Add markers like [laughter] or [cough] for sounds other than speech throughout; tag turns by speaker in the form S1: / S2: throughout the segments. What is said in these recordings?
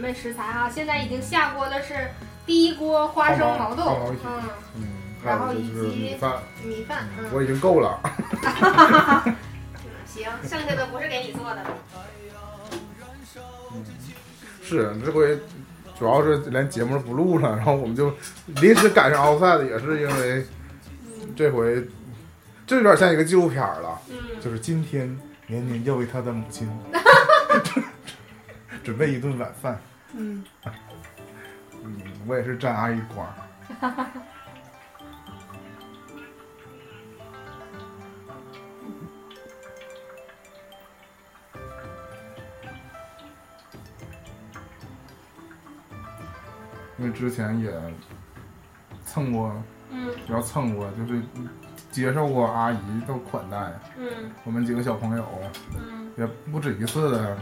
S1: 备食材哈、现在已经下锅的是第一锅花生
S2: 毛
S1: 毛豆
S2: 毛毛，皮
S1: 嗯，
S2: 嗯，
S1: 然后
S2: 还有
S1: 以
S2: 就是
S1: 及
S2: 米饭，
S1: 米饭，
S2: 嗯
S1: 嗯，
S2: 我已经够了。
S1: 行，剩下的不是给你做的，
S2: 是，这回主要是连节目都不录了，然后我们就临时赶上奥赛的，也是因为
S1: 嗯
S2: 这回这有点像一个纪录片了，
S1: 嗯，
S2: 就是今天年年要为他的母亲准备一顿晚饭。
S1: 嗯，
S2: [laughs] 嗯，我也是占阿姨光。因为之前也蹭过，
S1: 嗯
S2: 不要蹭过，就是接受过阿姨的款待。
S1: 嗯
S2: 我们几个小朋友
S1: 嗯
S2: 也不止一次的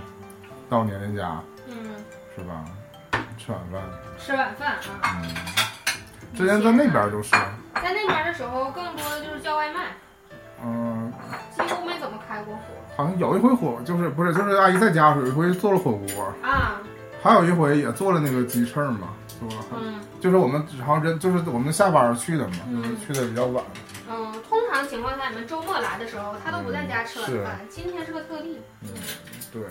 S2: 到年年家，
S1: 嗯，
S2: 是吧？吃晚饭，
S1: 吃晚饭啊，
S2: 嗯，之前在那边就是，
S1: 在那边的时候更多的就是叫外卖，
S2: 嗯，
S1: 几乎没怎么开过火
S2: 好像有一回火就是不是就是阿姨在家有一回做了火锅，
S1: 啊，
S2: 还有一回也做了那个鸡翅嘛，是吧？
S1: 嗯
S2: 就是我们好像人就是我们下班去的嘛，就是
S1: 嗯
S2: 去的比较晚，
S1: 嗯，通常情况下你们周末来的时候，他都不在家吃晚饭，今天是个特例，
S2: 嗯，对，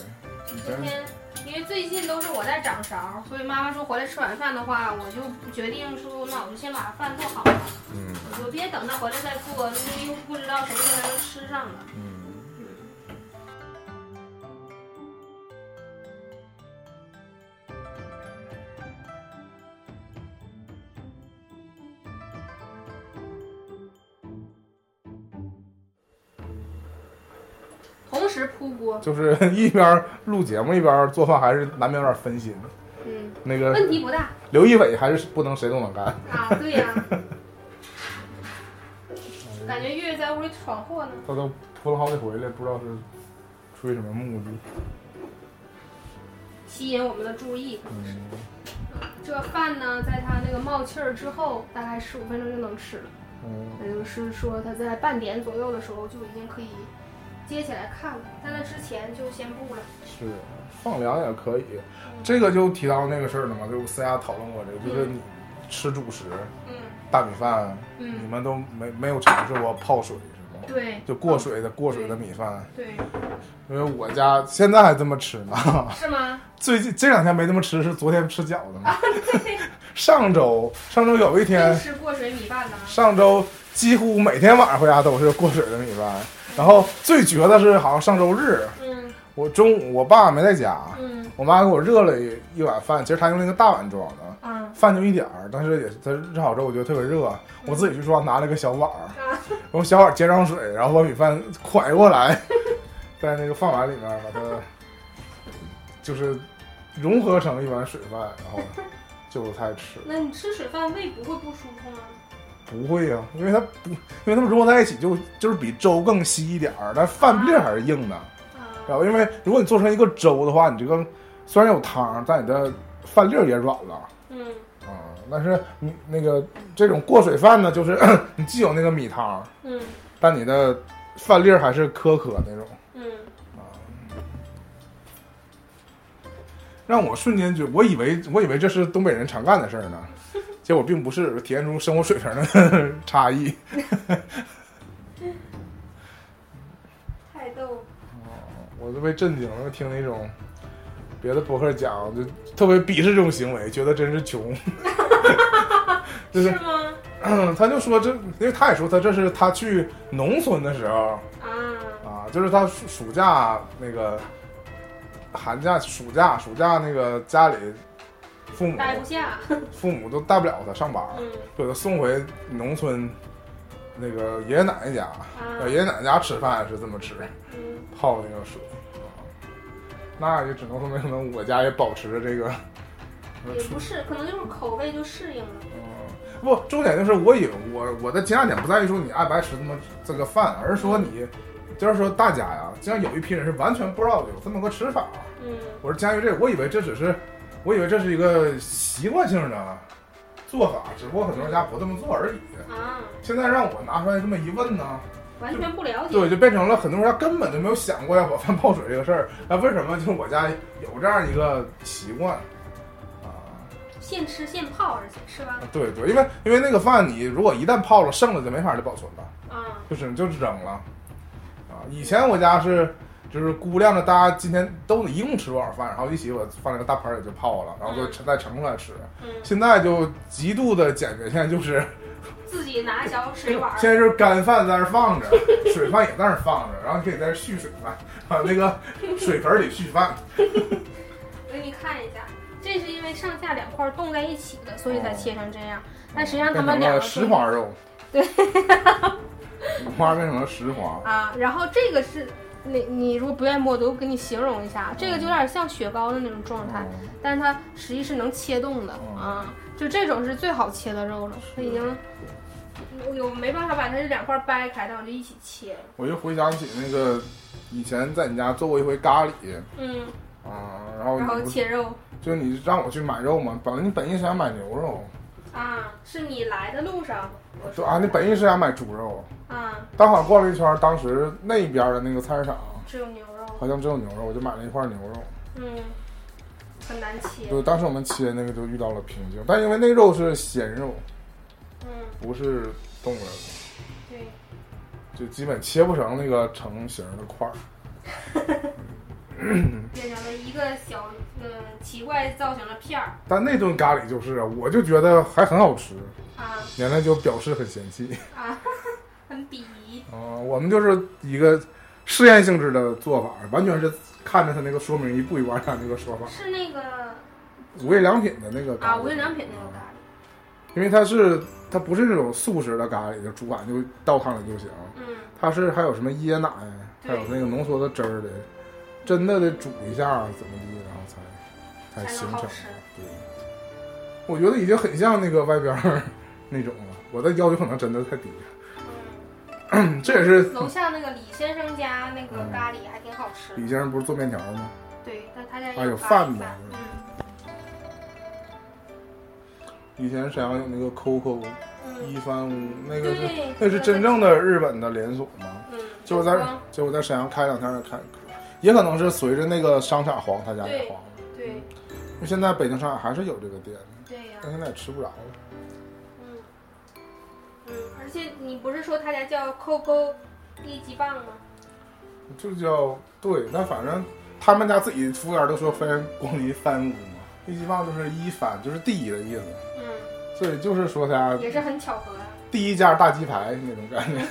S1: 今天因为最近都是我在掌勺，所以妈妈说回来吃晚饭的话，我就决定说那我就先把饭做好了，
S2: 嗯
S1: 我就别等她回来再做，因为不知道什么时候才能吃上了。
S2: 嗯，
S1: 同时铺锅，
S2: 就是一边录节目一边做饭，还是难免有点分心。
S1: 嗯，
S2: 那个
S1: 问题不大
S2: 刘仪伟还是不能谁都能干，
S1: 啊，对 [laughs] 呀、感觉月月在屋里闯祸呢。
S2: 他都扑了好几回了，不知道是出于什么目的。
S1: 吸引我们的注意。
S2: 嗯，
S1: 这饭呢，在它那个冒气儿之后，大概十五分钟就能吃了。
S2: 嗯
S1: 也就是说，它在半点左右的时候就已经可以接起来看了。在那之前就先不了。
S2: 是放凉也可以，这个就提到那个事儿了嘛，就私下讨论过这个，就是
S1: 嗯
S2: 你吃主食
S1: 嗯
S2: 大米饭，你
S1: 嗯，
S2: 们都没没有尝试过泡水是吗？
S1: 对
S2: 就过水的过水的米饭，
S1: 对，
S2: 因为我家现在还这么吃呢。 [laughs]
S1: 是吗？
S2: 最近这两天没这么吃，是昨天吃饺子
S1: 啊
S2: 嘛。 [laughs] 上周上周有一
S1: 就
S2: 天，
S1: 吃过水米饭呢。
S2: 上周几乎每天晚上回家都是过水的米饭。然后最绝的是，好像上周日
S1: 嗯
S2: 我中午我爸没在家，
S1: 嗯
S2: 我妈给我热了一一碗饭，其实她用那个大碗装的，
S1: 啊
S2: 饭就一点儿，但是也她热好之后我觉得特别热，我自己去厨房拿了个小碗儿，
S1: 嗯啊
S2: 我用小碗儿接上水，然后把米饭蒯过来， [laughs] 在那个饭碗里面把它就是融合成一碗水饭，然后就开始吃。
S1: [laughs] 那你吃水饭胃不会不舒服吗？
S2: 不会呀、因为它不，因为它们融合在一起就就是比粥更稀一点儿，但饭粒儿还是硬的。然
S1: 啊，
S2: 后因为如果你做成一个粥的话，你这个虽然有汤，但你的饭粒儿也软了。
S1: 嗯
S2: 啊、但是你那个这种过水饭呢，就是 [coughs] 你既有那个米汤，
S1: 嗯
S2: 但你的饭粒儿还是颗颗那种，啊
S1: 嗯
S2: 让我瞬间就我以为我以为这是东北人常干的事儿
S1: [laughs]
S2: 呢，结果并不是，体现出生活水平的 [laughs] 差异。
S1: 太逗了。
S2: 我都被震惊了，听那种别的博客讲，就特别鄙视这种行为，觉得真是穷。 [laughs] 就是
S1: 是吗？
S2: 他就说这，因为他也说他这是他去农村的时候。
S1: 啊，
S2: 啊，就是他暑暑假那个寒假、暑假、暑假那个家里父母
S1: 待不下。
S2: 父母都带不了他上班，
S1: 嗯
S2: 就给他送回农村那个爷爷奶奶家，
S1: 啊
S3: 嗯
S2: 在爷爷奶奶家吃饭是这么吃，
S1: 嗯
S2: 泡那个水，啊那也只能说明可能我家也保持着这个。
S1: 也不是，可能就是口味就适应了。
S2: 嗯不，重点就是我以我我的惊讶点不在于说你爱不爱吃这么这个饭，而是说你，就是说大家呀，竟然有一批人是完全不知道有这么个吃法。
S1: 嗯
S2: 我说佳于这，我以为这只是，我以为这是一个习惯性的做法，只不过很多人家不这么做而已。
S1: 啊，
S2: 现在让我拿出来这么一问呢，
S1: 完全不
S3: [laughs]
S1: 了解。
S2: 对，就变成了很多人家根本就没有想过要把饭泡水这个事儿。那为什么就我家有这样一个习惯？啊
S3: 现吃现泡，而且是吧？
S2: 对对，因为因为那个饭你如果一旦泡了剩了就没法儿再保存了，
S3: 啊，
S2: 就只能就是扔了。啊，以前我家是就是估量着大家今天都一共吃多少饭，然后一起我放那个大盆儿里就泡了，然后就
S3: 嗯
S2: 盛再盛出来吃。
S3: 嗯，
S2: 现在就极度的简约，现在就是
S3: 自己拿小水碗
S2: 现
S3: 儿，
S2: 在就是干饭在那儿放着，水饭也在那儿放着，然后你可以在那儿续水饭，往那个水盆儿里续
S3: [laughs]
S2: 饭。
S3: 我给你看一下，这是因为上下两块儿冻在一起的，所以才
S2: 哦
S3: 切成这样。但实际上他
S2: 变
S3: 们
S2: 成
S3: 两
S2: 了
S3: 个
S2: 石
S3: 是
S2: 花肉，
S3: 对，
S2: 五 [laughs] 花变成了石
S3: [laughs]
S2: 花，
S3: 啊，然后这个是。你你如果不愿意摸，我都给你形容一下，这个就有点像雪糕的那种状态，
S2: 嗯
S3: 但是它实际是能切动的
S2: 哦
S3: 啊，就这种是最好切的肉了，
S2: 嗯
S3: 它已经，我有没办法把它这两块儿掰开，但我就一起切，
S2: 我就回想起那个以前在你家做过一回咖喱，
S3: 嗯，
S2: 啊、然后
S3: 然后
S2: 你不
S3: 切肉
S2: 就你让我去买肉嘛，本来你本意是想买牛肉，
S3: 啊，是你来的路上，我
S2: 就
S3: 说
S2: 啊，你本意是想买猪肉，
S3: 啊，
S2: 但好像逛了一圈，当时那边的那个菜市场
S3: 只有牛肉，
S2: 好像只有牛肉，我就买了一块牛肉。
S3: 嗯，很难切，
S2: 就当时我们切那个就遇到了瓶颈，但因为那个肉是鲜肉，
S3: 嗯，
S2: 不是冻的肉，
S3: 对，
S2: 就基本切不成那个成型的块儿。
S3: 变成了一个小呃奇怪造型的片儿
S2: 但那顿咖喱就是，我就觉得还很好吃，
S3: 啊
S2: 奶奶就表示很嫌弃。 [laughs]
S3: 啊，很鄙夷，
S2: 啊、我们就是一个试验性质的做法，完全是看着他那个说明一步一步按照那个说法。
S3: 是那个
S2: 五味良品的那个咖喱
S3: 啊无印良品那个咖喱，
S2: 因为它是它不是那种速食的咖喱，就煮完就倒汤里就行，
S3: 嗯
S2: 它是还有什么椰奶，还
S3: 对
S2: 有那个浓缩的汁儿的，真的得煮一下怎么地，然后才才
S3: 才
S2: 形
S3: 能
S2: 成
S3: 好。吃，
S2: 对，我觉得已经很像那个外边儿那种了， [laughs] 我的要求可能真的太低了。
S3: 嗯，
S2: 这也是
S3: 楼下那个李先生家那个咖喱还挺好吃的，
S2: 李先生不是做面条吗？
S3: 对，但他家
S2: 啊
S3: 也
S2: 有
S3: 咖
S2: 饭
S3: 喱
S2: 的
S3: 嗯饭，嗯
S2: 以前沈阳有那个 COCO 一
S3: 嗯，
S2: 番屋，那个是
S3: 对，
S2: 那是真正的日本的连锁吗？
S3: 嗯，
S2: 结果在结果在沈阳开两天儿开，也可能是随着那个商场黄，他家也黄了。
S3: 对
S2: 因为现在北京商场还是有这个店，
S3: 对呀、
S2: 但现在也吃不着了。
S3: 嗯，嗯，而且你不是说他家叫扣扣一级棒吗？
S2: 就叫对，但反正他们家自己服务员都说分光临三屋嘛，一级棒就是一番，就是第一的意思。
S3: 嗯，
S2: 所以就是说他
S3: 也是很巧合啊。
S2: 第一家大鸡排那种感觉。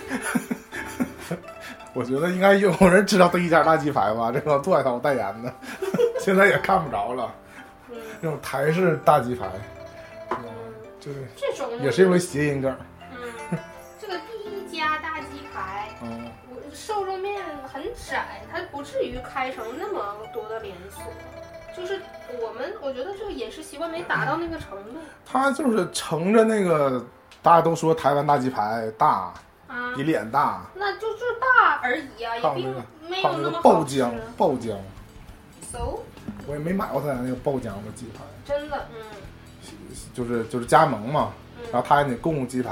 S2: [laughs] 我觉得应该有人知道第一家大鸡排吧，这个杜海涛代言的， [laughs] 现在也看不着了。
S3: 嗯，
S2: 那种台式大鸡排，嗯
S3: 嗯
S2: 就是
S3: 这种呢
S2: 也是因为谐音梗。
S3: 嗯，这个第一家大鸡排，
S2: 嗯，
S3: 我受众面很窄，它不至于开成那么多的连锁。就是我们，我觉得这个饮食习惯没达到那个程度
S2: 他就是乘着那个大家都说台湾大鸡排大，
S3: 啊
S2: 比，脸大，
S3: 那就就大而已啊，也
S2: 靠
S3: 并
S2: 那个
S3: 没
S2: 还有
S3: 有
S2: 那个
S3: 那么
S2: 爆
S3: 好吃
S2: 浆。，爆浆，
S3: So，
S2: 我也没买过他家那个爆浆的鸡排，
S3: 真的，嗯
S2: 就是就是加盟嘛，然
S3: 嗯
S2: 后他还得供鸡排，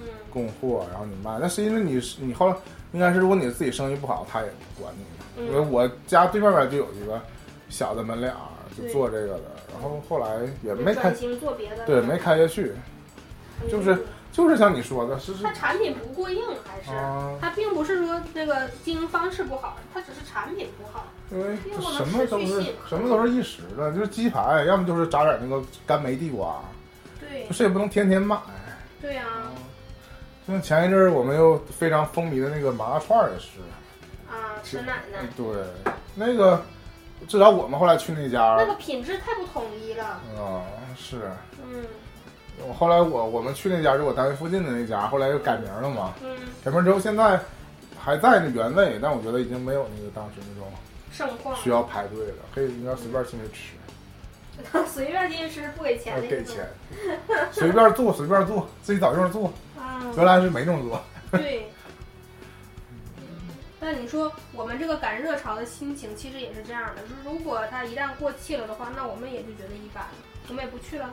S3: 嗯。
S2: 供货，然后你卖。那是因为你是你后来应该是如果你自己生意不好，他也不管你嘛。
S3: 嗯
S2: 因为我家对面边就有一个小的门脸儿，就
S3: 对
S2: 做这个的，然后后来也
S3: 就
S2: 没开
S3: 转，型做别的，
S2: 对，没开下去，
S3: 嗯
S2: 就是就是像你说的，是是
S3: 它产品不过硬，还是、
S2: 啊。
S3: 它并不是说那个经营方式不好，它只是产品不好。
S2: 因为什么都是
S3: 因为我们持续性
S2: 什么都是一时的，就是鸡排，要么就是炸点那个干梅地瓜，
S3: 对
S2: 就是也不能天天买。
S3: 对啊
S2: 就像前一阵儿我们又非常风靡的那个麻辣串儿也是，嗯
S3: 啊，吃奶奶 [laughs]
S2: 对，那个至少我们后来去那家，啊、
S3: 那个品质太不统一了。
S2: 是
S3: 嗯
S2: 我后来我我们去那家是我单位附近的那家，后来又改名了嘛，
S3: 嗯，
S2: 改名之后现在还在那原位，但我觉得已经没有那个当时那种
S3: 盛况
S2: 需要排队了，可以应该随便进去吃。
S3: 随便进去吃不给钱
S2: 要
S3: 的，
S2: 给
S3: [laughs]
S2: 钱，随便做随便做，自己找地方做。
S3: 啊，
S2: 原来是没这么做，
S3: [laughs] 对。但你说我们这个赶热潮的心情其实也是这样的，就是如果它一旦过气了的话，那我们也就觉得一般，我们也不去了。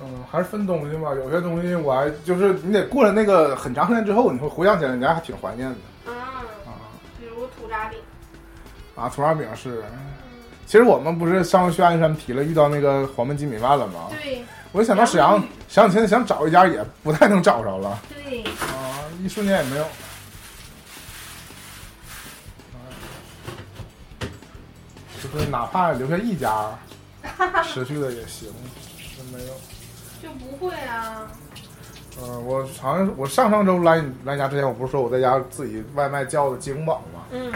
S2: 嗯，还是分东西吧。有些东西我还就是你得过了那个很长时间之后，你会回想起来，你还挺怀念的
S3: 啊，
S2: 啊
S3: 比如土炸饼，
S2: 啊！土壤饼是
S3: 嗯，
S2: 其实我们不是上回去鞍山提了遇到那个黄焖鸡米饭了吗？
S3: 对
S2: 我就想到沈阳，沈阳现在想找一家也不太能找着了
S3: 对，
S2: 啊，一瞬间也没有。啊就是哪怕留下一家持续的也行，真没有。
S3: 就不会啊。
S2: 嗯，我好像是我上上周来你来家之前，我不是说我在家自己外卖叫的京宝吗？
S3: 嗯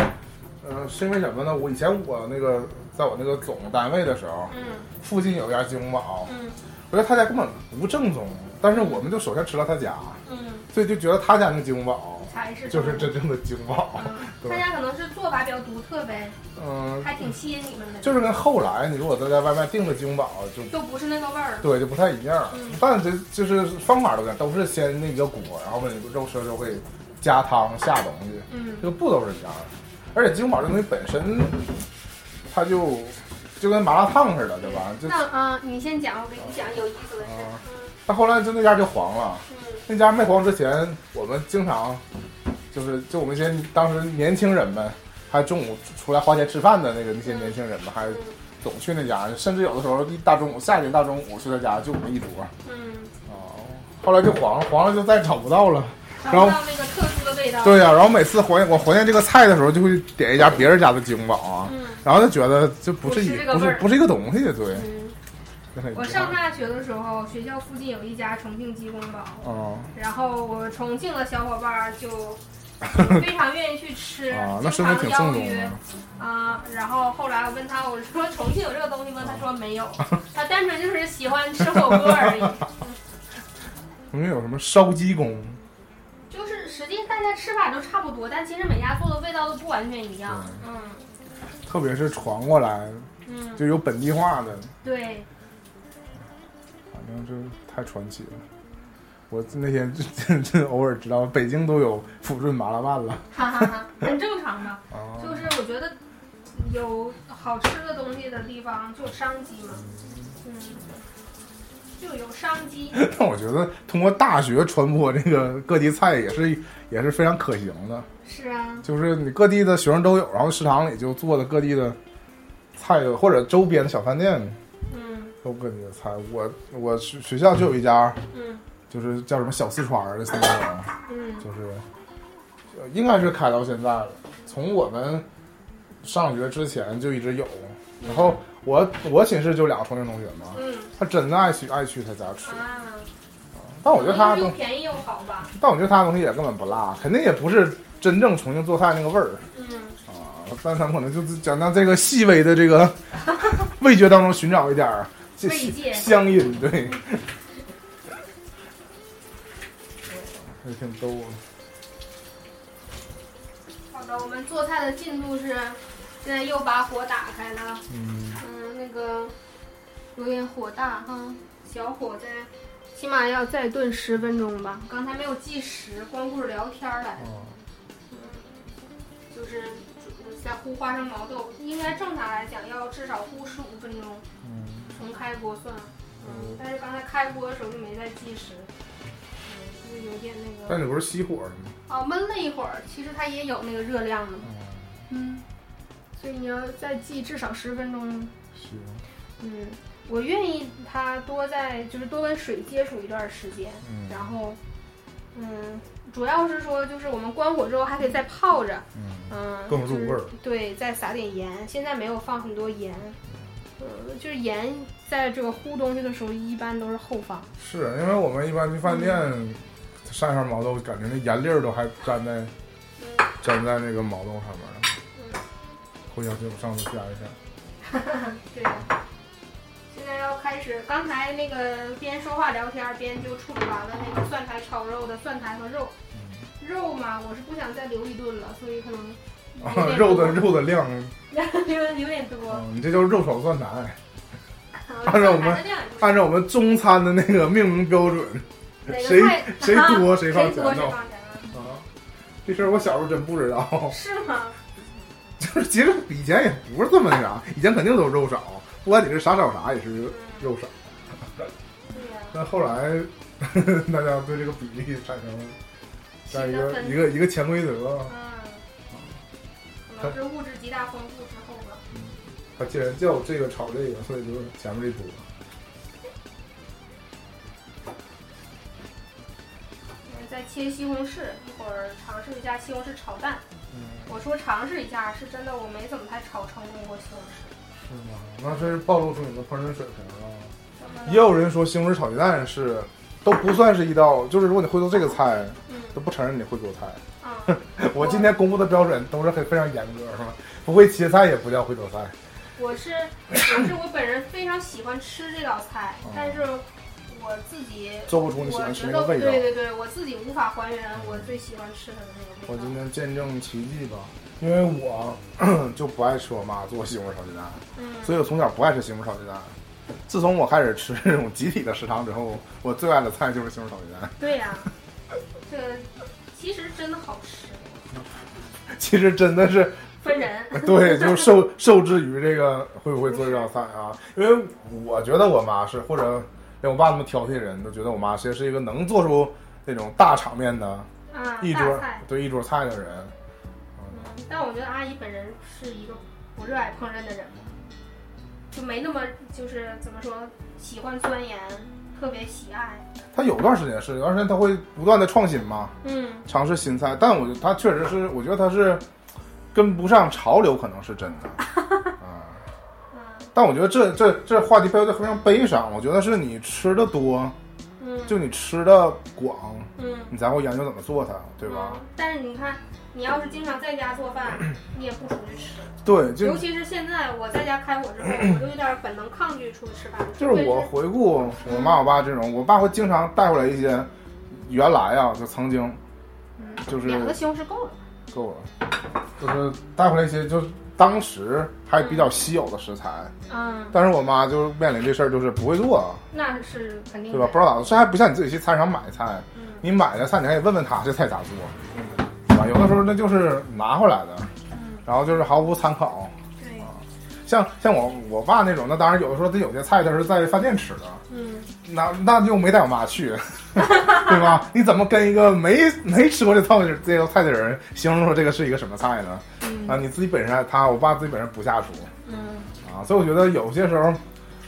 S2: 呃，是因为什么呢？我以前我那个在我那个总单位的时候，
S3: 嗯
S2: 附近有一家京宝，
S3: 嗯
S2: 我觉得他家根本不正宗，但是我们就首先吃了他家，
S3: 嗯，
S2: 所以就觉得他家那京宝
S3: 才是
S2: 就是真正的京宝。
S3: 嗯，
S2: 对
S3: 他家可能是做法比较独特呗，
S2: 嗯，
S3: 还挺吸引你们的，
S2: 就是跟后来你如果在在外面订了京宝，就
S3: 都不是那个味儿。
S2: 对就不太一样
S3: 嗯。
S2: 但这就是方法都一样，都是先那个锅，然后把你肉丝就会加汤下东西。
S3: 嗯
S2: 这个步骤是一样的，而且京宝这东西本身，它就就跟麻辣烫似的，对吧？就
S3: 那啊、你先讲，我给你讲有意思的事。
S2: 啊但后来就那家就黄了，
S3: 嗯
S2: 那家没黄之前，我们经常就是就我们一些当时年轻人们，还中午出来花钱吃饭的那个那些年轻人们，还
S3: 嗯
S2: 总去那家，甚至有的时候一大中午下雪大中午去他家就我们一桌啊。
S3: 嗯，
S2: 后来就黄了，黄了就再找不到了。
S3: 尝
S2: 然后
S3: 不到那个特殊的味道。
S2: 对呀、然后每次怀念我怀念这个菜的时候，就会点一家别人家的京宝啊。
S3: 嗯
S2: 然后就觉得这不是一
S3: 不是这个
S2: 不
S3: 味
S2: 是
S3: 儿
S2: 不是一个东西，对。
S3: 嗯，
S2: 那很遗
S3: 我
S2: 憾
S3: 上大学的时候，学校附近有一家重庆鸡公煲，
S2: 哦
S3: 然后我重庆的小伙伴儿就非常愿意去吃，
S2: 啊，那
S3: 经
S2: 身份挺正
S3: 常邀
S2: 宗
S3: 约
S2: 的。
S3: 啊、然后后来我问他，我说重庆有这个东西吗？他说
S2: [laughs]
S3: 没有，他单纯就是喜欢吃火锅而已。
S2: 我们有什么烧鸡公？
S3: 就是实际大家吃法都差不多，但其实每家做的味道都不完全一样。嗯
S2: 特别是传过来
S3: 嗯，
S2: 就有本地化的，
S3: 对，
S2: 反正这太传奇了。我那天真真偶尔知道，北京都有抚顺麻辣拌了
S3: 哈哈哈，很正常嘛。
S2: 啊。
S3: 就是我觉得有好吃的东西的地方就有商机嘛，嗯，就有商机。
S2: 但我觉得通过大学传播这个各地菜也是也是非常可行的，
S3: 是啊，
S2: 就是你各地的学生都有，然后食堂里就做的各地的菜或者周边的小饭店
S3: 嗯
S2: 都各地的菜。我我学学校就有一家
S3: 嗯
S2: 就是叫什么小四川儿的那种，
S3: 嗯
S2: 就是呃应该是开到现在了。从我们上学之前就一直有，然后我我寝室就两个重庆同学嘛，
S3: 嗯
S2: 他真的爱去爱去他家吃，
S3: 啊，
S2: 但我觉得他
S3: 又
S2: 东，
S3: 便宜又好吧，
S2: 但我觉得他东西也根本不辣，肯定也不是真正重庆做菜那个味儿
S3: 嗯
S2: 啊。但他们可能就是讲到这个细微的这
S3: [laughs]
S2: 个味觉当中寻找一点儿啊这
S3: 慰藉嗯
S2: 乡音，对，也挺逗啊。
S3: 好的，我们做菜的进度是，现在又把火打开了，
S2: 嗯，
S3: 嗯，那个有点火大哈，小火在，起码要再炖十分钟吧。刚才没有计时，光顾着聊天儿来
S2: 啊
S3: 了，就是在烀花生毛豆，应该正常来讲要至少烀十五分钟，
S2: 嗯，
S3: 从开锅算。嗯，但是刚才开锅的时候就没在计时，嗯，就有点那
S2: 但
S3: 个。
S2: 你不是熄火了吗？
S3: 哦，焖了一会儿，其实它也有那个热量的嘛。
S2: 嗯，
S3: 嗯，所以你要再记至少十分钟。
S2: 行。
S3: 嗯，我愿意它多在就是多跟水接触一段时间，
S2: 嗯
S3: 然后，嗯，主要是说就是我们关火之后还可以再泡着，
S2: 嗯，
S3: 嗯，
S2: 更入味儿
S3: 就是对，再撒点盐，现在没有放很多盐。嗯，就是盐在这个烀东西的时候，一般都是后放。
S2: 是啊因为我们一般去饭店上一盘毛豆，感觉那盐粒儿都还粘在粘在那个毛豆上面了。
S3: 嗯
S2: 回想起我上次去鞍山，
S3: 对。现在要开始，刚才那个边说话聊天儿边就处理完了那个蒜苔炒肉的蒜苔和肉。肉嘛，我是不想再留一顿了，所以
S2: [laughs]
S3: 可能有
S2: 啊
S3: 点
S2: 肉的肉的量，
S3: [laughs] 有有点多。
S2: 嗯，你这叫肉炒蒜苔。
S3: 按
S2: 照我们按照我们中餐的那个命名标准谁谁多谁
S3: 啊谁
S2: 放前
S3: 放钱
S2: 头
S3: 啊
S2: 啊，这事儿我小时候真不知道。 [laughs]
S3: 是吗？
S2: 就是其实以前也不是这么那啥，以前肯定都是肉少，不管你是啥炒啥也是肉少。
S3: 嗯对呀、
S2: 但后来 [laughs] 大家对这个比例产生了这样一
S3: 新的
S2: 个
S3: 分
S2: 一个一个潜规则。
S3: 嗯，可能是物质极大丰富之后吧。
S2: 嗯他既然叫这个炒这个，所以就是前面这多。
S3: 嗯再切西红柿，一会儿尝试一下西红柿炒蛋。
S2: 嗯，
S3: 我说尝试一下，是真的我没怎么太炒成功过西红柿。
S2: 是吗？那这是暴露出你的烹饪水平了。
S3: 怎么了
S2: [laughs] 也有人说西红柿炒鸡蛋是都不算是一道，就是如果你会做这个菜，
S3: 嗯
S2: 都不承认你会做菜。
S3: 嗯，
S2: 我今天公布的标准都是很非常严格，是吧？不会切菜也不叫会做菜。[laughs]
S3: 我是我是我本人非常喜欢吃这道菜，但是我自己
S2: 做不哦出你喜
S3: 我
S2: 欢吃
S3: 觉
S2: 那
S3: 得
S2: 个味道。
S3: 对对对，我自己无法还原我最喜欢吃的那个
S2: 我
S3: 味道
S2: 今。天见证奇迹吧，因为我 [clears throat] 就不爱吃我妈做西红柿炒鸡蛋，
S3: 嗯，
S2: 所以我从小不爱吃西红柿炒鸡蛋。自从我开始吃这种集体的食堂之后，我最爱的菜就是西红柿炒鸡蛋。
S3: 对呀、这个其实真的好吃，
S2: 其实真的是
S3: 分人。
S2: 对，就受受制于这个会不会做这道菜啊？因为我觉得我妈是，或者连我爸那么挑剔的人都觉得我妈其实是一个能做出那种大场面的
S3: 啊，
S2: 一
S3: 大
S2: 桌
S3: 菜。
S2: 对一桌菜的人。
S3: 嗯，但我觉得阿姨本人是一个不热爱烹饪的人吧，就没那么就是怎么说喜欢钻研，特别喜爱。
S2: 她有段时间是，有段时间她会不断的创新嘛，
S3: 嗯
S2: 尝试新菜，但我觉得她确实是，我觉得她是跟不上潮流，可能是真
S3: [laughs]
S2: 的。啊，
S3: 嗯
S2: 但我觉得这这这话题背后就非常悲伤。我觉得是你吃的多，
S3: 嗯，
S2: 就你吃的广，
S3: 嗯，
S2: 你才会研究怎么做它，对吧？
S3: 嗯但是你看，你要是经常在家做 [clears throat] 饭，你也不出去吃。
S2: 对，就
S3: 尤其是现在我在家开火之后，我 [clears throat] 就有点本能抗拒出去吃饭。
S2: 就是我回顾我妈我爸这种，我爸会经常带回来一些原来啊，就曾经
S3: 嗯，
S2: 就是
S3: 两个西红柿够了。
S2: 够了，就是带回来一些就是当时还比较稀有的食材，
S3: 嗯，
S2: 但是我妈就面临这事儿就是不会做，啊
S3: 那是肯定
S2: 对
S3: 的。
S2: 吧？不知道咋做，这还不像你自己去菜市场买菜，
S3: 嗯
S2: 你买的菜你还得问问他这菜咋做，对吧？有的时候那就是拿回来的，
S3: 嗯，
S2: 然后就是毫无参考。
S3: 对，
S2: 像像我我爸那种，那当然有的时候他有些菜他是在饭店吃的，
S3: 嗯，
S2: 那那又没带我妈去， [laughs] 对吧？你怎么跟一个没没吃过这套这道菜的人形容说这个是一个什么菜呢？
S3: 嗯
S2: 啊，你自己本身他我爸自己本身不下厨
S3: 嗯，
S2: 啊，所以我觉得有些时候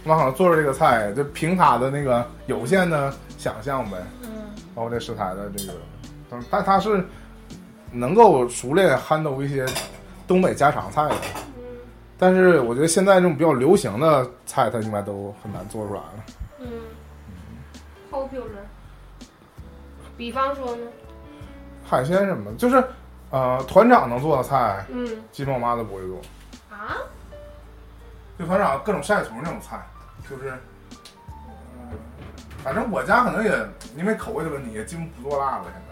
S2: 我好像做着这个菜，就凭他的那个有限的想象呗，
S3: 嗯，
S2: 包括这食材的这个，但但他是能够熟练 handle 一些东北家常菜的。
S3: 嗯，
S2: 但是我觉得现在这种比较流行的菜，它应该都很难做出来了。
S3: 嗯，popular。比方说呢？
S2: 海鲜什么的，就是呃，团长能做的菜，
S3: 嗯
S2: 基本我妈都不会做。
S3: 啊，
S2: 就团长各种晒图那种菜，就是，呃反正我家可能也因为口味的问题，也几乎不做辣的。现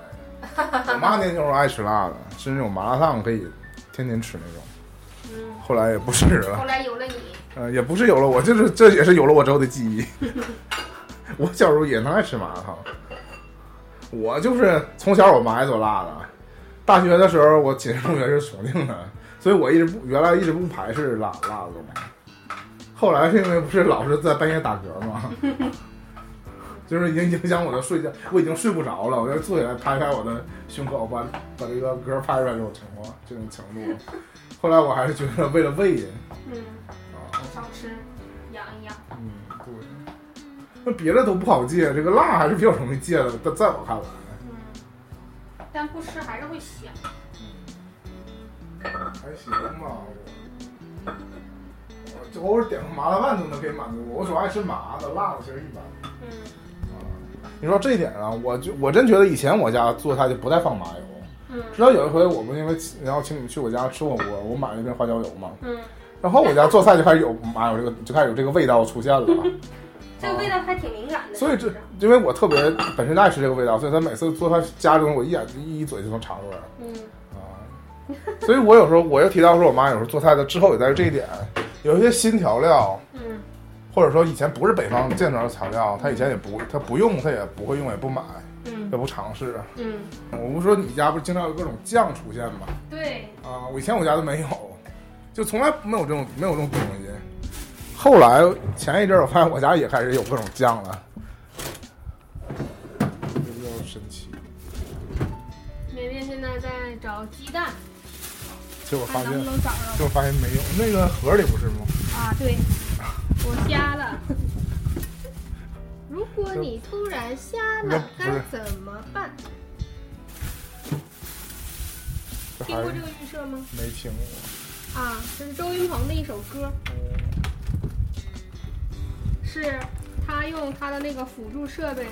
S2: 在，我妈那时候爱吃辣的，是那种麻辣烫可以天天吃那种。
S3: 嗯，
S2: 后来也不是了，
S3: 后来有了你，
S2: 呃，也不是有了我，就是这也是有了我之后的记忆。 [laughs] 我小时候也能爱吃麻辣烫，我就是从小我妈爱做辣的，大学的时候我寝室同学是重庆的，所以我一直不原来一直不排斥辣辣的东西。后来是因为不是老是在半夜打嗝吗？就是已经影响我的睡觉，我已经睡不着了，我要坐起来拍拍我的胸口，把把这个嗝拍出来这种情况，这种程度。后来我还是觉得为了胃
S3: 嗯，
S2: 啊，
S3: 少吃，养一养。
S2: 嗯，对。那 [laughs] 别的都不好戒，这个辣还是比较容易戒的。在在我看来，
S3: 嗯，但不吃还是会想。
S2: 还行吧。我我就偶尔点个麻辣拌都能给满足我。我主要爱吃麻的，辣的其实一般。
S3: 嗯
S2: 啊，你说这一点啊，我就我真觉得以前我家做菜就不带放麻油，
S3: 嗯
S2: 直到有一回我们因为请然后请你们去我家吃火锅，我买了一瓶花椒油嘛，
S3: 嗯，
S2: 然后我家做菜就开始有麻油这个就开始有这个味道出现了。
S3: [laughs]
S2: 啊
S3: 这个味道还挺敏感
S2: 哦
S3: 的。
S2: 所以
S3: 是
S2: 这
S3: 不是
S2: 因为我特别本身就爱吃这个味道，所以他每次做他家中，我一眼一一嘴就能尝出来
S3: 嗯
S2: 啊。所以我有时候我又提到说，我妈有时候做菜的滞后也在于这一点，有一些新调料，
S3: 嗯
S2: 或者说以前不是北方见着的调料，她以前也不她不用，她也不会用，也不买，也
S3: 嗯
S2: 不尝试。
S3: 嗯，
S2: 我不是说你家不是经常有各种酱出现吗？
S3: 对，
S2: 啊，我以前我家都没有，就从来没有这种没有这种东西。后来前一阵儿，我发现我家也开始有各种酱了，这比较神奇。
S3: 绵绵现在在找鸡蛋，
S2: 结果发现
S3: 看能不能找着
S2: 结果发现没有，那个盒里不是吗？
S3: 啊？对，我瞎了。如果你突然瞎了，
S2: 不是
S3: 该怎么办？
S2: 这
S3: 听
S2: 还
S3: 过
S2: 是
S3: 这个预设吗？
S2: 没听过。
S3: 啊，这是周云鹏的一首歌，是他用他的那个辅助设备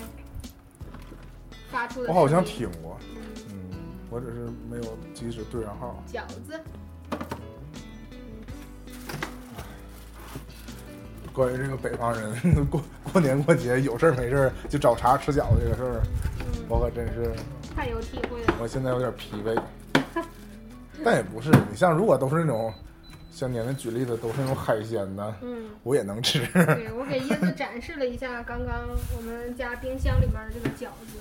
S3: 发出的声音。
S2: 我好像听过，
S3: 嗯
S2: 嗯，我只是没有及时对上号。
S3: 饺子，
S2: 关于这个北方人 [laughs] 过过年过节有事儿没事儿就找茬吃饺子这个事儿，
S3: 嗯，
S2: 我可真是，
S3: 太有体会了。
S2: 我现在有点疲
S3: [laughs]
S2: 惫。但也不是，你像如果都是那种，像年年举例的都是那种海鲜的，
S3: 嗯，
S2: 我也能吃。
S3: 对我给椰子展示了一下刚刚我们家冰箱里面的这个饺子，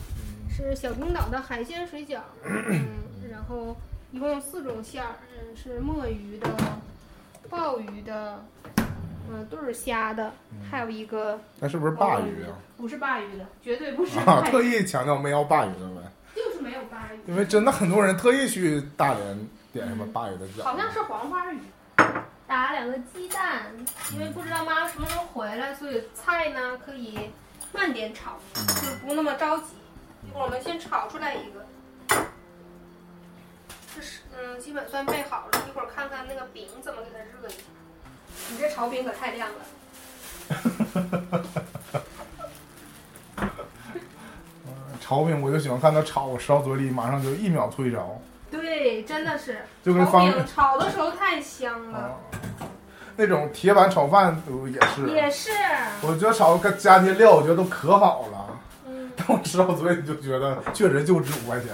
S3: 是小冰岛的海鲜水饺，嗯，然后一共有四种馅儿，嗯，是墨鱼的、鲍鱼的，嗯，都是虾的，还有一个
S2: 那是不是鲅鱼啊？
S3: 不是鲅鱼的，绝对哦不是
S2: 啊，
S3: 鲅
S2: 特
S3: 鱼，
S2: 意强调没要鲅鱼的呗，
S3: 就是没有鲅
S2: 因为真的很多人特意去大连点什么鲅鱼的饺子，
S3: 嗯鱼，好像是黄花鱼。打两个鸡蛋，因为不知道妈妈什么时候回来，所以菜呢可以慢点炒，就是不那么着急。一会儿我们先炒出来一个，这是嗯，基本算备好了。一会儿看看那个饼怎么给它热一下。你这炒饼可太亮了。
S2: 炒饼我就喜欢看它炒，我吃到嘴里马上就一秒退烧。
S3: 对，真的是
S2: 就跟
S3: 炒
S2: 方
S3: 饼炒的时候太香了，
S2: 啊，那种铁板炒饭呃也是，
S3: 也是，
S2: 我觉得炒个加些料，我觉得都可好了。
S3: 嗯，
S2: 但我吃到嘴里就觉得确实就值五块钱。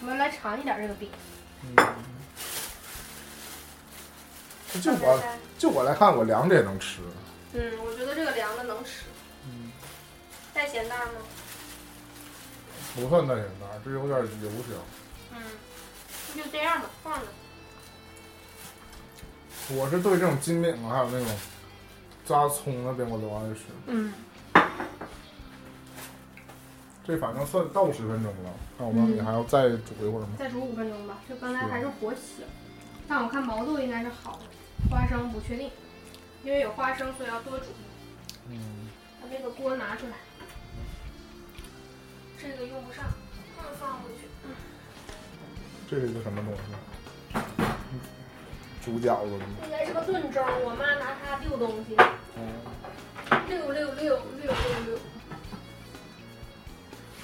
S3: 我们来尝一点这个饼。
S2: 就我就我来看，我凉着也能吃。
S3: 嗯，我觉得这个凉的能吃。
S2: 嗯，
S3: 带咸蛋吗？
S2: 不算大咸蛋，这有点油香。
S3: 嗯，那就这样吧，放着。
S2: 我是对这种金饼啊，还有那种扎葱的饼，我都爱吃。
S3: 嗯，
S2: 这反正算到十分钟了，看我们你还要再煮一会儿吗？
S3: 再煮五分钟吧。就刚才还是火小，但我看毛豆应该是好的，花生不确定，因为有花生，所以要多煮。
S2: 嗯，
S3: 把这个锅拿出来，这个用不上，放放回去。
S2: 这是一个什么东西？煮饺子的吗？
S3: 应该是个炖盅，我妈拿它溜东西，
S2: 嗯，
S3: 溜溜溜溜溜溜。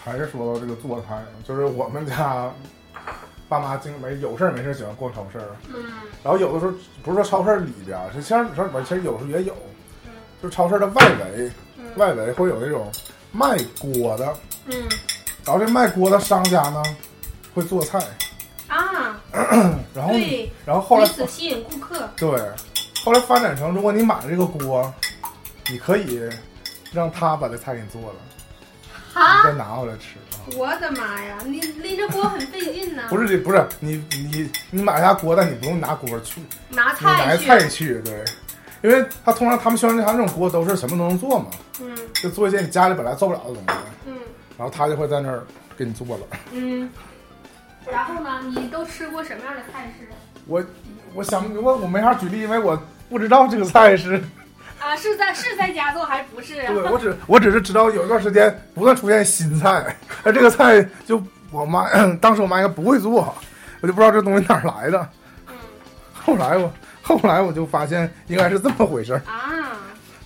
S2: 还是说到这个做菜，啊就是我们家爸妈经没有事儿没事儿喜欢逛超市，啊
S3: 嗯
S2: 然后有的时候不是说超市里边儿，是像你说里边儿其实有时候也有，
S3: 嗯
S2: 就是超市的外围，
S3: 嗯
S2: 外围会有那种卖锅的，
S3: 嗯
S2: 然后这卖锅的商家呢会做菜，
S3: 啊，
S2: 然后
S3: 对，
S2: 然后后来
S3: 以此吸引顾客。
S2: 对，后来发展成，如果你买了这个锅，你可以让他把这菜给你做了，
S3: 好。
S2: 你再拿回来吃啊。
S3: 我的妈呀，你拎着锅很费劲呐、
S2: 不是这不是你你你买他锅，但你不用拿锅去，你拿
S3: 拿菜去，
S2: 菜去对，因为他通常他们宣传他这种锅都是什么都能做嘛，
S3: 嗯
S2: 就做一些你家里本来做不了的东西，
S3: 嗯
S2: 然后他就会在那儿给你做了。
S3: 嗯。然后呢，你都吃过什么样的菜式
S2: 我我想我我没法举例，因为我不知道这个菜
S3: [laughs]
S2: 是，
S3: 啊？是在是在家做还是不是啊？
S2: 对我只我只是知道有一段时间不断出现新菜，而这个菜就我妈当时我妈应该不会做，我就不知道这东西哪儿来的。
S3: 嗯
S2: [laughs] 后来我后来我就发现应该是这么回事儿，
S3: 啊，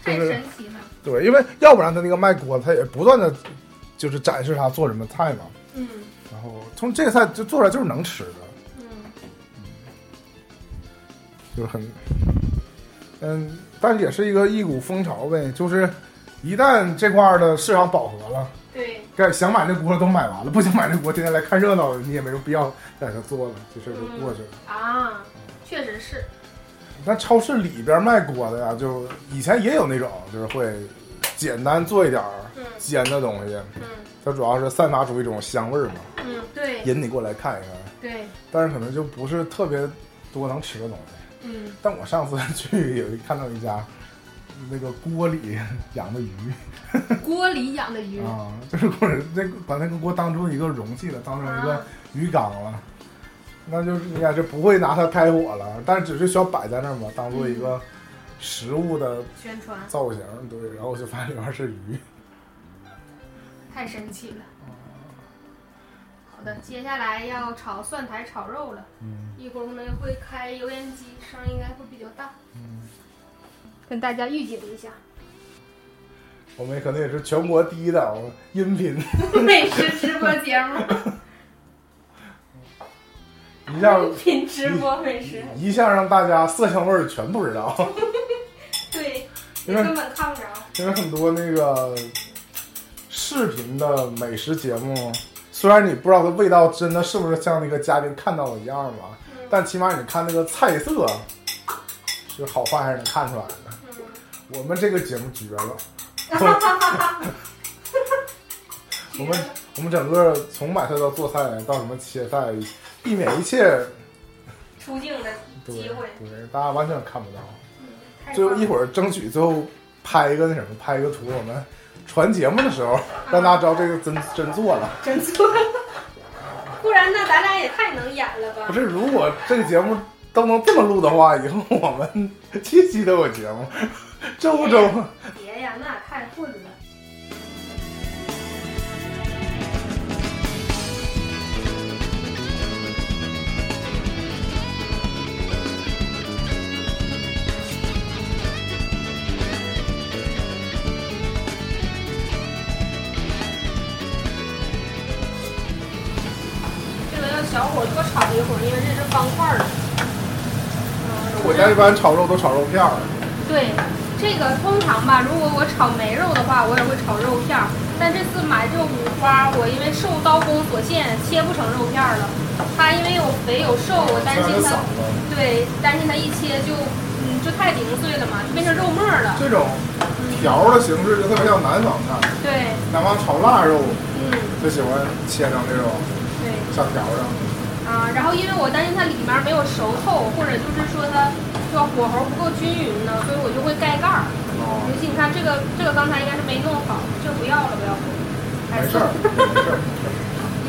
S3: 太
S2: 就是
S3: 神奇了。
S2: 对，因为要不然他那个卖锅他也不断的就是展示他做什么菜嘛，
S3: 嗯
S2: 然后从这个菜就做出来就是能吃的，
S3: 嗯
S2: 就是很，嗯，但也是一个一股风潮呗，就是一旦这块儿的市场饱和了，
S3: 对，
S2: 该想买这锅都买完了，不想买这锅天天来看热闹，你也没有必要在这做了，这事儿就过去了。
S3: 啊，确实是。
S2: 那超市里边卖锅的呀，就以前也有那种，就是会简单做一点儿
S3: 嗯
S2: 煎的东西，
S3: 嗯
S2: 它主要是散发出一种香味儿嘛，
S3: 嗯，对
S2: 引你过来看一看。
S3: 对，
S2: 但是可能就不是特别多能吃的东西。
S3: 嗯
S2: 但我上次去有一看到一家那个锅里 [laughs] 养的鱼
S3: 锅里养的鱼，
S2: 啊，就是或者那个把那个锅当成一个容器了，当成一个
S3: 啊
S2: 鱼缸了。那就是应该是不会拿它开火了，但只是需要摆在那儿嘛，当做一个食物的
S3: 宣传
S2: 造型。对，然后我就发现里面是鱼。
S3: 太神奇了。好的，接下来要炒蒜苔炒肉了，
S2: 嗯
S3: 一会儿我们会开油烟机，声儿应该会比较大，
S2: 嗯，
S3: 跟大家预警一下。
S2: 我们可能也是全国第一档音频，
S3: 美食直播节目， [laughs]
S2: 一下
S3: 品直播美食，
S2: 一下让大家色香味儿全不知道。
S3: 对，你
S2: 因为
S3: 根本看不着。
S2: 因为很多那个视频的美食节目，虽然你不知道它味道真的是不是像那个嘉宾看到的一样吧，
S3: 嗯
S2: 但起码你看那个菜色，是好坏还是能看出来的。
S3: 嗯
S2: 我们这个节目绝了，
S3: [laughs]
S2: 我
S3: 嗯，
S2: 们我们整个从买菜到做菜到什么切菜，避免一切
S3: 出镜的
S2: 对
S3: 机会，嗯
S2: 对，大家完全看不到。
S3: 太
S2: 最后
S3: 棒
S2: 一
S3: 了
S2: 会儿争取最后拍一个那什么，拍一个图，我们传节目的时候让大家知道这个真真做了。
S3: 真错 [laughs] 了，不然那咱俩也太能演了吧
S2: 不？是，如果这个节目都能这么录的话，以后我们期期都有节目，周周。啊
S3: 别呀，那太混了。这个要小火多炒一会儿，因为这是方块儿的。嗯
S2: 我家一般炒肉都炒肉片儿，
S3: 对，这个通常吧，如果我炒梅肉的话，我也会炒肉片儿。但这次买这五花，我因为受刀工所限，切不成肉片儿了。它因为有肥有瘦，哦我担
S2: 虽然
S3: 心
S2: 它少了。
S3: 它，对，担心它一切就，嗯，就太零碎了嘛，就变成肉末儿了。
S2: 这种条儿的形式就特别像南方菜，
S3: 对，
S2: 南方炒腊肉
S3: 嗯，
S2: 就喜欢切成这种
S3: 对。
S2: 小条儿的。
S3: 啊，然后因为我担心它里面没有熟透，或者就是说它这个火候不够均匀呢，所以我就会盖盖儿。尤
S2: 哦，
S3: 其你看这个这个刚才应该是没弄好，这不要了不要了，
S2: 没事儿，没事儿， [laughs]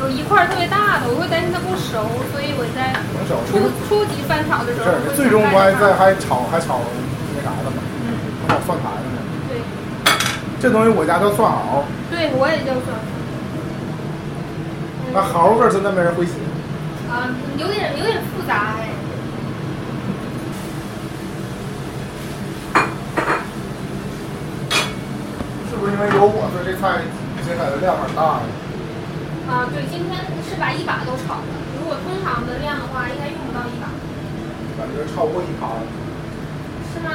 S3: 有一块儿特别大的，我会担心它不熟，所以我在
S2: 能少。
S3: 初初级翻炒的
S2: 没
S3: 时
S2: 事
S3: 候
S2: 儿，
S3: 会
S2: 最终不还
S3: 大
S2: 在
S3: 概
S2: 还炒还炒那啥的嘛，
S3: 嗯，
S2: 还炒蒜苔的呢。
S3: 对
S2: 这东西我家叫蒜熬，
S3: 对，我也就算，
S2: 那
S3: 嗯
S2: 蚝味儿真的没人会写。
S3: 啊，有点有点复杂哎。
S2: 是不是因为有我，所以这菜生产的量很大呀？
S3: 啊，对，今天是把一把都炒了，如果通常的量的话，应该用不到一把，
S2: 感觉超过一盘，
S3: 是吗？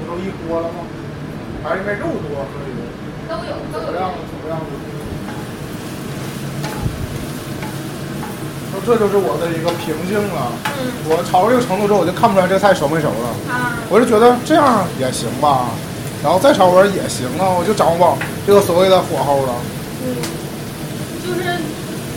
S2: 不都一锅了吗？还是因为肉多，所以
S3: 都有都
S2: 总
S3: 有
S2: 量总量不多。说这就是我的一个瓶颈了。
S3: 嗯
S2: 我炒到这个程度之后，我就看不出来这菜熟没熟了。
S3: 啊，
S2: 我就觉得这样也行吧，然后再炒会儿也行啊，我就掌握不好这个所谓的火候了。
S3: 嗯，就是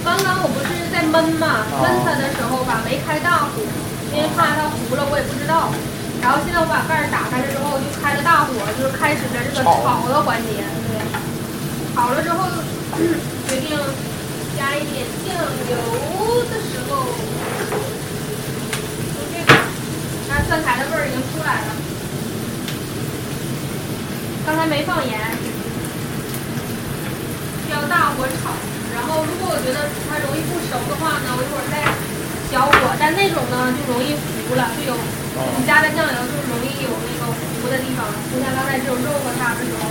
S3: 刚刚我不是在焖嘛，焖它的时候吧，没开大火，因为怕它糊了，我也不知道。然后现在我把盖儿打开了之后，就开了大火，就是开始了这个
S2: 炒
S3: 炒的环节。对，炒了之后，决定加一点酱油的时候，就这个，那蒜苔的味儿已经出来了。刚才没放盐，需要大火炒。然后如果我觉得它容易不熟的话呢，我一会儿再小火。但那种呢就容易糊了，就有
S2: 哦
S3: 我们加的酱油就容易有那个糊的地方，就像刚才只有肉和它的时候，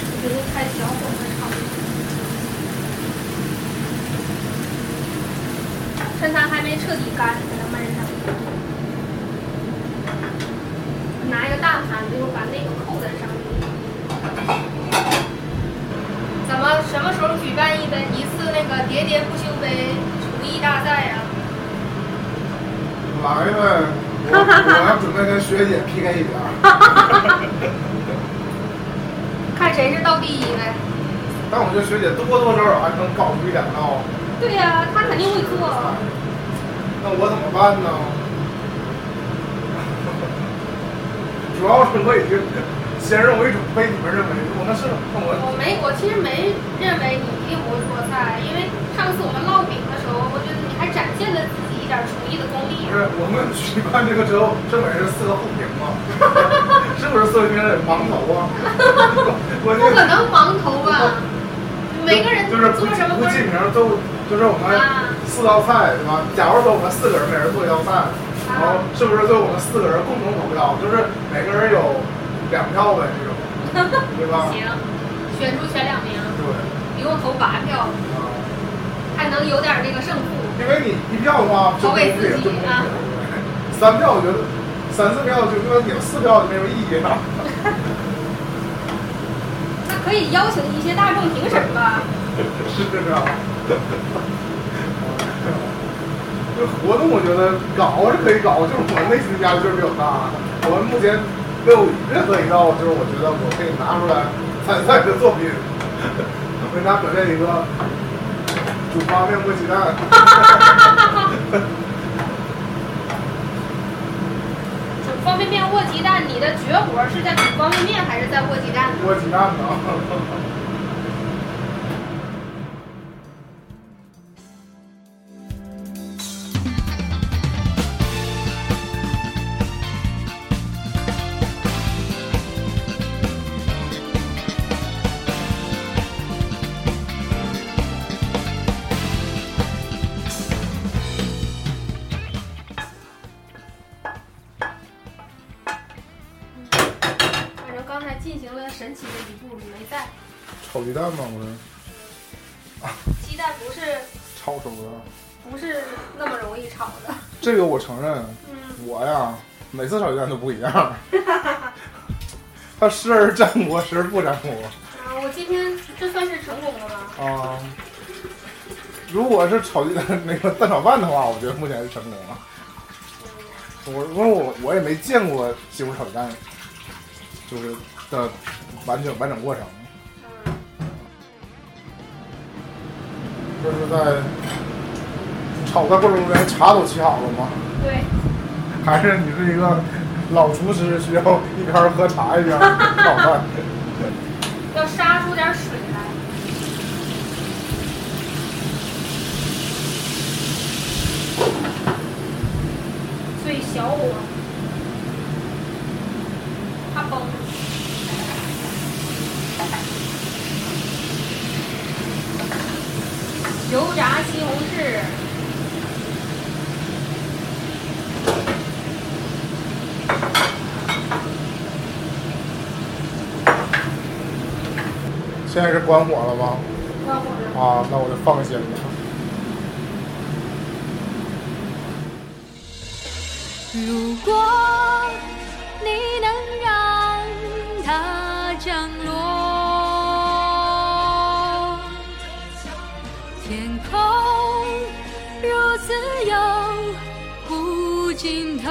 S3: 我决定开小火再炒。趁它还没彻底干，给它焖上。拿一个大盘子，就把那个扣在上面。咱们什么时候举办一杯一次那个喋喋不休杯厨艺大赛啊呀、
S2: 来呗，我我要准备跟学姐 PK 一下。
S3: 看谁是倒第一呗。
S2: 但我觉得学姐多多少少还能搞出一两道，
S3: 对呀、他肯定会做。
S2: 那我怎么办呢？ [laughs] 主要是我已经先入为主，被你们认为我那是那我
S3: 我没，我其实没认为你一定不会做菜，因为
S2: 就是我们举办这个之后，这本是四个互评吗？ [laughs] 是不是四个评人盲投啊？ [laughs] 关
S3: 不
S2: 键
S3: 可能盲投吧？每个人
S2: 就是不
S3: 做什么
S2: 不
S3: 都
S2: 记名都就是我们
S3: 啊
S2: 四道菜对吧？假如说我们四个人每人做一道菜，然后是不是就我们四个人共同投票？就是每个人有两票呗，这种
S3: [laughs]
S2: 对吧？
S3: 行，选出前两名，
S2: 对，
S3: 一共投八票，
S2: 啊，
S3: 还能有点这个胜负。
S2: 因为你一票的话就
S3: 投给
S2: 自
S3: 自
S2: 己
S3: 己
S2: 就不公平
S3: 啊
S2: 对三票我觉得三四票就说你有四票就没有意义了。
S3: 那可以邀请一些大众评审吧？
S2: 是这样。这活动我觉得搞是可以搞，就是我内心压力就是比较大。我目前没有任何一道就是我觉得我可以拿出来参赛的作品，为大家准备一个煮方便面和鸡蛋。
S3: 煮方便面握鸡蛋，你的绝活是在煮方便面还是在握鸡蛋呢？
S2: 我鸡蛋呢？
S3: 反正刚才进行了神奇的一步，你没在。
S2: 炒鸡蛋吗？我是
S3: 鸡蛋不是
S2: 炒熟的。
S3: 不是那么容易炒的。
S2: 这个我承认，
S3: 嗯，
S2: 我呀每次炒鸡蛋都不一样，它时而粘锅，时而不粘锅。
S3: 啊，我今天这算是成功了吧？
S2: 啊，如果是炒鸡蛋那个蛋炒饭的话，我觉得目前是成功了。我因为我我也没见过西红柿炒鸡蛋，就是的完整完整过程，
S3: 嗯，
S2: 就是在炒的过程中连茶都沏好了吗？
S3: 对，
S2: 还是你是一个老厨师，需要一边喝茶一边炒饭？
S3: 要杀出点水来。所以小火，怕崩。油炸西红柿。
S2: 现在是关火了吗？
S3: 关火了。
S2: 啊，那我就放心了。
S4: 如果你能让它降落，天空如此有无尽头，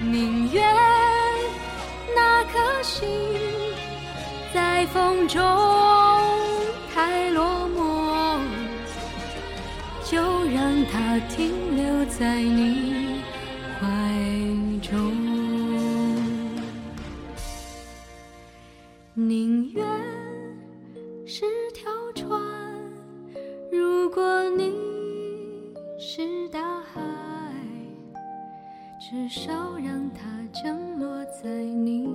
S4: 宁愿那颗心在风中太落寞。就让它停留在你怀中。宁愿是条船，如果你是大海，至少让它降落在你